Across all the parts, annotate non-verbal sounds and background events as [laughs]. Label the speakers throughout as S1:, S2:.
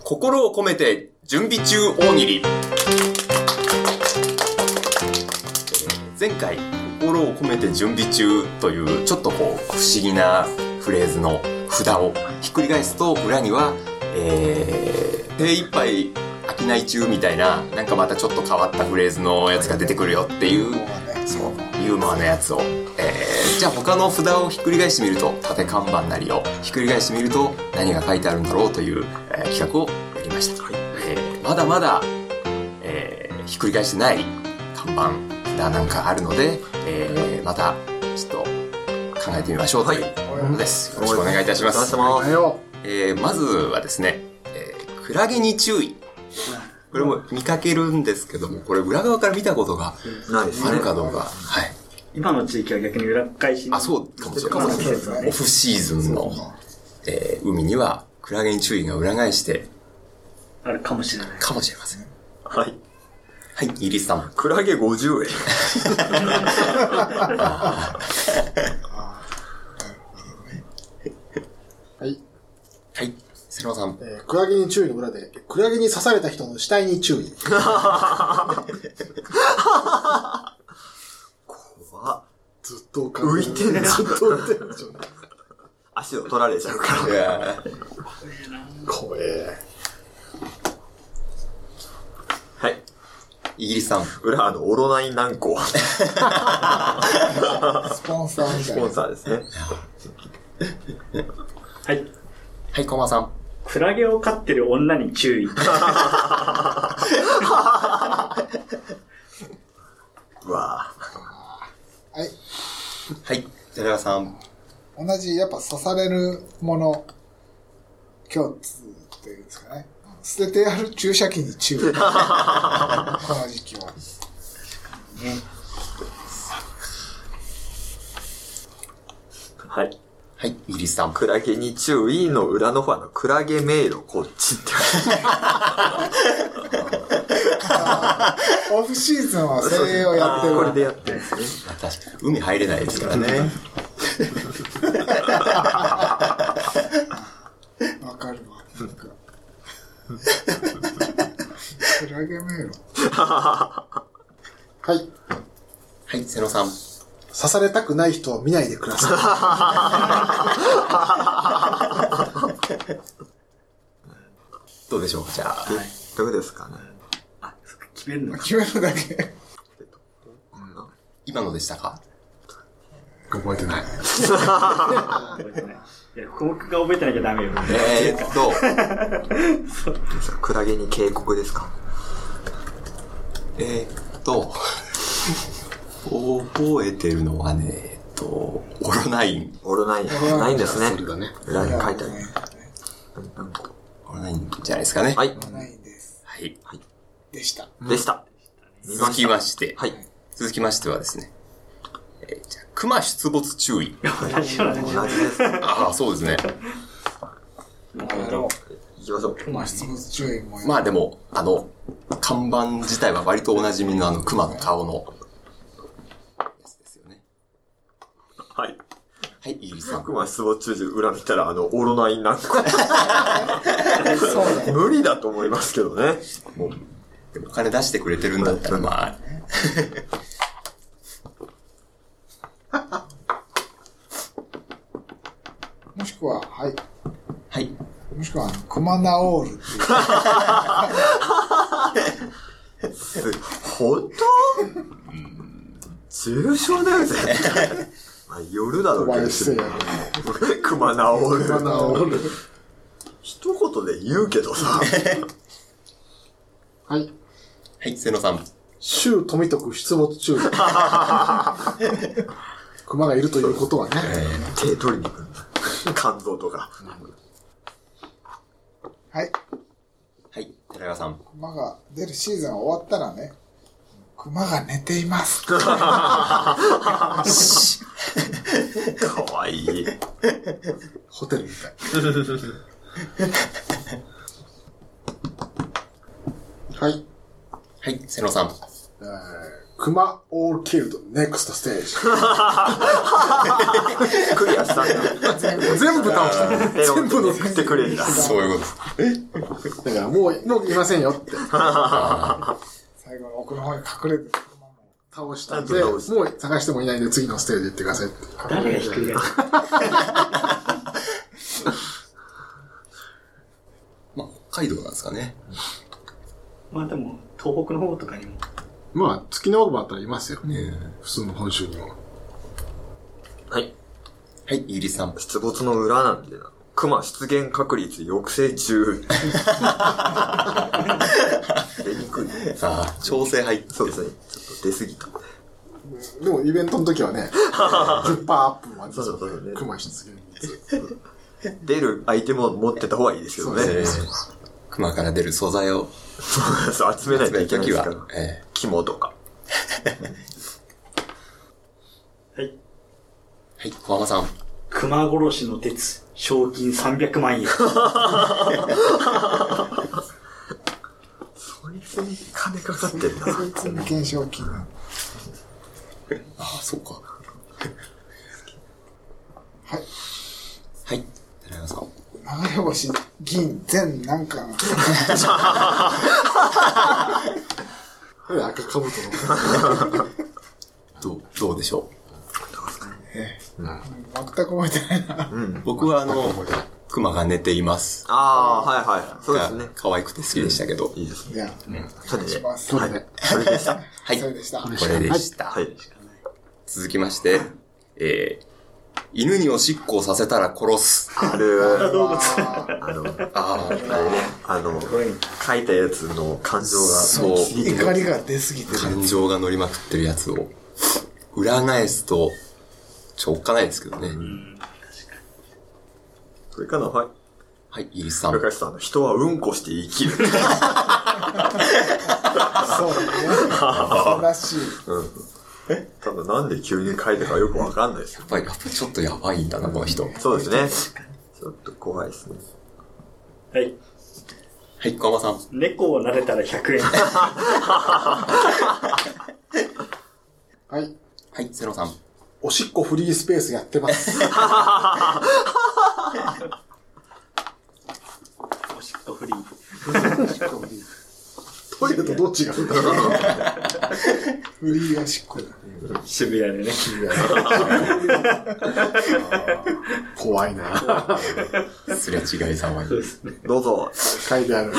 S1: 心を込めて準備中大喜利。えー前回、心を込めて準備中という、ちょっとこう、不思議なフレーズの札をひっくり返すと、裏には、えー、手一杯商い中みたいな、なんかまたちょっと変わったフレーズのやつが出てくるよっていう
S2: そう。
S1: ユーモアのやつを、えーじゃあ他の札をひっくり返してみると縦看板なりをひっくり返してみると何が書いてあるんだろうという、えー企画をやりました、えーまだまだ、えーひっくり返してない看板札なんかあるので、えーまたちょっと考えてみましょうということです、よろしくお願いいたします
S2: おはよ
S1: えーまずはですね、えークラゲに注意。これも見かけるんですけども、これ裏側から見たことが
S3: ない
S1: あるかどうか。はい。
S4: 今の地域は逆に裏返しに
S1: あ、そうかもしれ
S4: 今
S1: な
S4: の
S1: い
S4: 季節は
S1: オ
S4: ね。
S1: フシーズンの、えー海にはクラゲに注意が裏返して
S4: あるかもしれない。
S1: かもしれません。
S3: はい。
S1: はい、イギリスさん。
S3: クラゲ50円。
S2: う。はい。
S1: はい、セロさん
S2: え。ークラゲに注意の裏で、クラゲに刺された人の死体に注意。
S3: わ
S2: ずっと浮かんで
S3: 浮いてんな
S2: ずっと浮いてるちょっと
S3: 足を取られちゃうから。
S1: いやー
S2: 怖え。
S3: はい。
S1: イギリスさん。
S3: 裏、あの、オロナイン軟膏。ス
S2: スポンサーみたい
S3: ポン
S2: な。
S3: サーですね。
S4: はい。
S1: はい、コマさん。
S4: クラゲを飼ってる女に注
S1: [laughs]
S4: 意。
S3: うわぁ。
S2: はい。
S1: はい、寺川さん。
S2: 同じ、やっぱ刺されるもの、共通というんですかね。捨ててある注射器に注意。この時期は。
S3: はい。
S1: はい、イギリスさん。
S3: クラゲに注意の裏の方あの、クラゲ迷路こっちって。
S2: オフシーズンはそれをやってる。
S3: これでやってるんですね。
S1: まあ確かに海入れないですからね。
S2: わかるわ。なんかクラゲ迷路。はい。
S1: はい、セロさん。
S2: 刺されたくない人を見ないでください。
S1: どうでしょうか、じゃあ。
S3: どうですかね。
S4: あ、そっか決
S3: [laughs]
S4: めるのか。
S2: 決めるだけ。
S3: こんな
S1: 今のでしたか
S2: 覚えてない。
S4: 覚えてない。いや、項目が覚えてなきゃダメよ。
S1: えーっと、 [laughs]
S3: クラゲに警告ですか
S1: えーっと、覚えてるのはね、えーっと、オロナイン。
S3: オロナイン。ないんですね。
S1: ね。
S3: 裏に書いてある。
S1: オロナインじゃないですかね。
S3: はい。
S2: ないです。
S1: はい。
S2: でした。
S3: でした。見ま
S1: 続
S3: し
S1: きまして、
S3: た。はい。
S1: 続きましてはですね、えーじゃあ、熊出没注
S3: [laughs]
S1: 意。
S4: 同じようなね。
S3: 同じです。行
S1: ああ、そうですね。
S3: きましょう。
S2: まあ、出没注意も
S1: まあでも、あの、看板自体は割とおなじみのあの熊の顔のやつですよね。
S3: はい。
S1: はい、イギリスさん。
S3: 熊出没中時裏見たら、あの、オロナインなんか、
S2: そうだよ。
S3: 無理だと思いますけどね。もう、
S1: お金出してくれてるんだったら、まあ。
S2: もしくは、はい。
S1: はい。
S2: もしくは、あのクマナオールっていう。
S3: す本当重症だよ、絶対。まあ、夜だ
S2: 小
S3: ろうけど
S2: 林製薬。
S3: 熊治
S2: クマナオ
S3: る。
S2: ール。
S3: 一言で言うけどさ。
S2: はい。
S1: はい、瀬野さん。
S2: 周富徳出没
S3: [laughs]
S2: 注意。クマがいるということはね。
S3: 手取りに行くんだ。肝臓とか。
S2: はい。
S1: はい、寺川さん。
S2: クマが出るシーズンが終わったらね、クマが寝ています。
S3: かわいい。
S2: ホテルみた
S3: [laughs]
S2: い。はい。
S1: はい、瀬野さん。
S2: えー熊 all killed next stage。
S3: クリアしたん
S2: [laughs]
S3: だ。
S2: 全部倒した。
S3: ペロンとめくってくれんだ。
S1: そういうことです。
S2: だからもう、もういませんよ [laughs] って。最後の奥の方に隠れて、倒したんで、
S3: なん
S2: も
S3: と
S2: う
S3: 倒す
S2: 探してもいないんで次のステージ行ってくださいって。
S4: 誰がひっくり返す
S1: まあ、北海道なんですかね。
S4: まあでも、東北の方とかにも。
S2: まあ、月の奥歯あったらいますよ。普通の本州にも。
S3: はい。
S1: はい、イギリスさん。
S3: 出没の裏なんでな。熊出現確率抑制中。出にくい。
S1: ああ、調整入って。
S3: そうですね。ちょっと出過ぎた。
S2: でもイベントの時はね、10%アップまで。
S3: そうそうそうね
S2: 熊出現率。
S3: 出るアイテムを持ってた方がいいですけどね。
S1: えー熊から出る素材を
S3: そう集めない
S1: 集め
S3: と
S1: ると
S3: いけないで
S1: き
S3: す
S1: は
S3: から。、
S1: え
S3: 肝とか。
S4: はい。
S1: ーはい、小浜さん。
S4: 熊殺しの鉄、賞金300万
S1: [laughs]
S4: 円。
S3: こいつに金かかってんな。
S2: そいつの検証金は
S1: ああ、そうか。
S2: い。
S1: はい、寺山さん。
S2: 流れ星、銀、全、なん [laughs] か。赤かぶと
S1: どう、どうでしょ
S2: の。全く覚えてないな。
S1: う僕はあの、熊が寝ています。
S3: ああ、はいはい。そうですね
S1: が。可愛くて好きでしたけど。
S3: いいですね。
S2: じゃあ、
S3: それで。
S2: ま
S3: は
S2: あ
S3: い。
S2: それで。
S3: それでした。
S1: はい、
S2: そ
S1: こ
S2: れ
S1: れ
S2: でした。
S1: でした。
S3: はい。
S1: 続きまして、えー、犬におしっこをさせたら殺す。
S3: ある、
S4: 動物。
S3: あの、
S1: ああ、
S3: あの、書いたやつの感情が、
S1: そう
S2: 怒りが出すぎてる。
S1: 感情が乗りまくってるやつを、裏返すと、ちょ、おっかないですけどね。
S3: それかな、はい。
S1: はい、イギリスさん。
S3: 高橋さんの人はうんこして生きる。
S2: そうね。そうらしい。
S3: ただなんで急に書いたかよくわかんないですよ [laughs]
S1: やっぱり、やっぱりちょっとやばいんだな、この人。は
S3: そうですね。ちょっと怖いですね。
S4: はい。
S1: い、小浜さん。
S4: 猫を撫でたら100円。
S2: はい。
S1: はい、セロさん。
S2: おしっこフリースペースやってます。
S4: おしっこフリー。
S2: トイレとどっちがフリーがしっこだ。
S4: 渋谷でね。
S2: 怖いな。
S1: すれ違いざまに
S4: そう。ですね。
S3: どうぞ。
S2: 書いてある。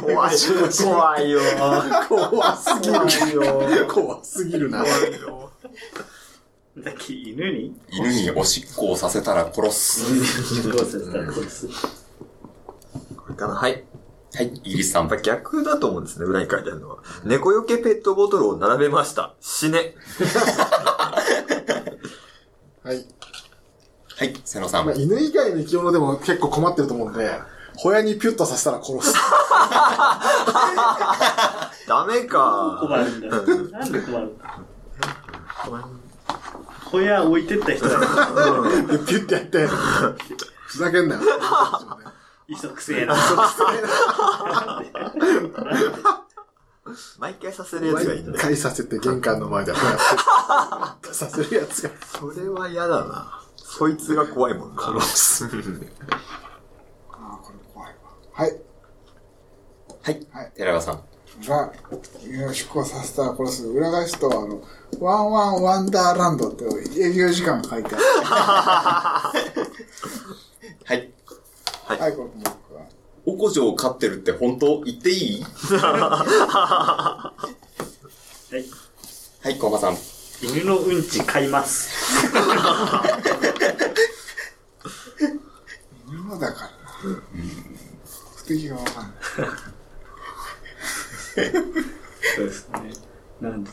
S3: 怖い。怖いよ。
S2: 怖すぎ
S3: 怖いよ。
S2: る。怖すぎるな。
S4: さっき
S1: [laughs]
S4: 犬に
S1: 犬におしっこをさせたら殺す。
S4: どうせしたらこいつ。
S3: これかな、はい。
S1: はい、イギリスさん。
S3: まあ、逆だと思うんですね、裏に書いてあるのは。猫よけペットボトルを並べました。死ね。
S2: はい。
S1: はい、セロさん。
S2: まあ、
S1: はい、
S2: 犬以外の生き物でも結構困ってると思うんで、ホヤにピュッとさせたら殺す。
S3: ダメか。
S4: 困るんだよ。なんで困るんだ小屋置いてった人だよ。
S2: で、ピュッてやって、ふざけんなよ。
S4: 磯くせえな。
S3: 毎回させるやつがいいん
S2: 一
S3: だよ。
S2: 回させて玄関の前でホヤピュッとさせるやつが。
S3: それは嫌だな。そいつが怖いもんな。
S2: ああ、これ怖いわ。はい。はい
S1: 寺川さん。
S2: が、輸出をさせたら殺す。裏返しと、あの、ワンワンワンダーランドって営業時間書いてあ
S1: はい。
S2: る。はい、これも僕は。
S1: おこじょを飼ってるって本当言っていい
S4: はい。
S1: はい、小浜さん。
S4: 犬のうんち買います。
S2: 犬のだからな。不敵がわかんない。
S4: そうですね。なんで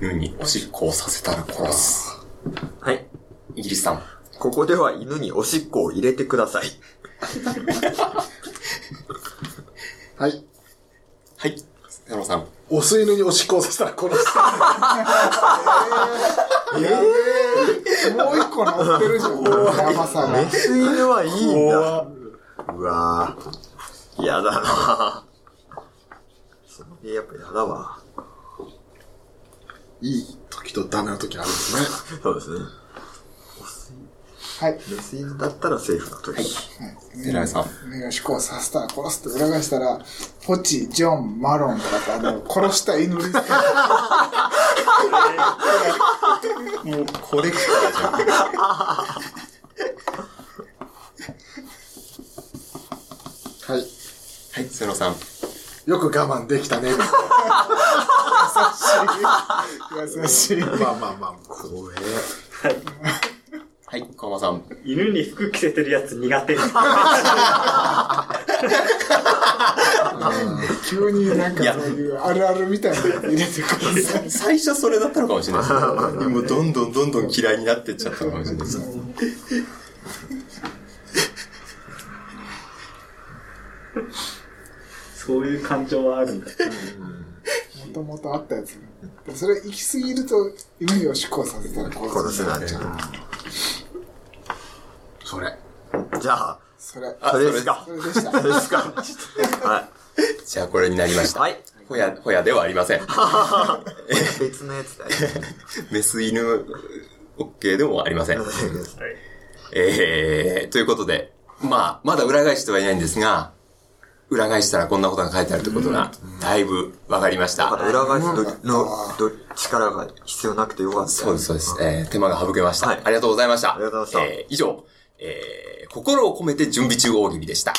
S1: 犬におしっこをさせたら殺す。
S3: はい。
S1: イギリスさん。
S3: ここでは犬におしっこを入れてください。
S2: はい。
S1: はい、セロさん。
S2: お吸い犬におしっこをさせたら殺す。えー、えー、もう一個乗ってるじゃん、ヤマさが。
S3: メス犬はいいんだ。うわぁ。嫌だなえーやっぱり嫌だわ。
S5: いい時とダメな時あるんですね。
S3: そうですね。
S2: はい。
S3: メス犬だったらセーフな時。
S1: 寺井さん。
S2: 目が思考させたら殺すって裏返したら、ポチ、ジョン、マロンとかってあの、殺した犬ですから
S1: もうコレクターじゃん。
S5: はい。
S1: はい、瀬野さん。
S5: よく我慢できたね。
S2: 優しい。
S5: まあまあまあ、怖え。
S1: はい、小浜さん。
S4: 犬に服着せてるやつ苦手。
S2: 急になんかそういうあるあるみたいなの入れてくるんですね。
S1: [laughs] 最初それだったのかもしれない [laughs] ですね。でもどんどんどんどん嫌いになってっちゃったのかもしれないです。
S4: そういう感情はあるんだ。
S2: もともとあったやつ。それ行き過ぎると犬を執行させたら
S3: 殺
S2: 殺
S3: せ
S2: す。
S3: なんじゃ
S5: それ。
S3: じゃあ、
S2: それ。
S3: それですか
S2: そ。れでした。
S3: それです [laughs] か。は
S1: じゃあこれになりまし
S3: い。
S1: た。
S3: はい。
S1: ホヤ、ホヤではありません。
S3: 別のや [laughs] つだよ。
S1: メス犬、OK でもありません。
S4: はい
S1: えー、ということで、まあ、まだ裏返してはいないんですが、裏返したらこんなことが書いてあるということが、だいぶわかりまし
S3: だから
S1: た。
S3: 裏返すののど力が必要なくてよかった。
S1: そうです、そうです。えー手間が省けました。
S3: はい
S1: ありがとうございました。
S3: ありがとうございました
S1: えー以上、えー心を込めて準備中大喜利でした。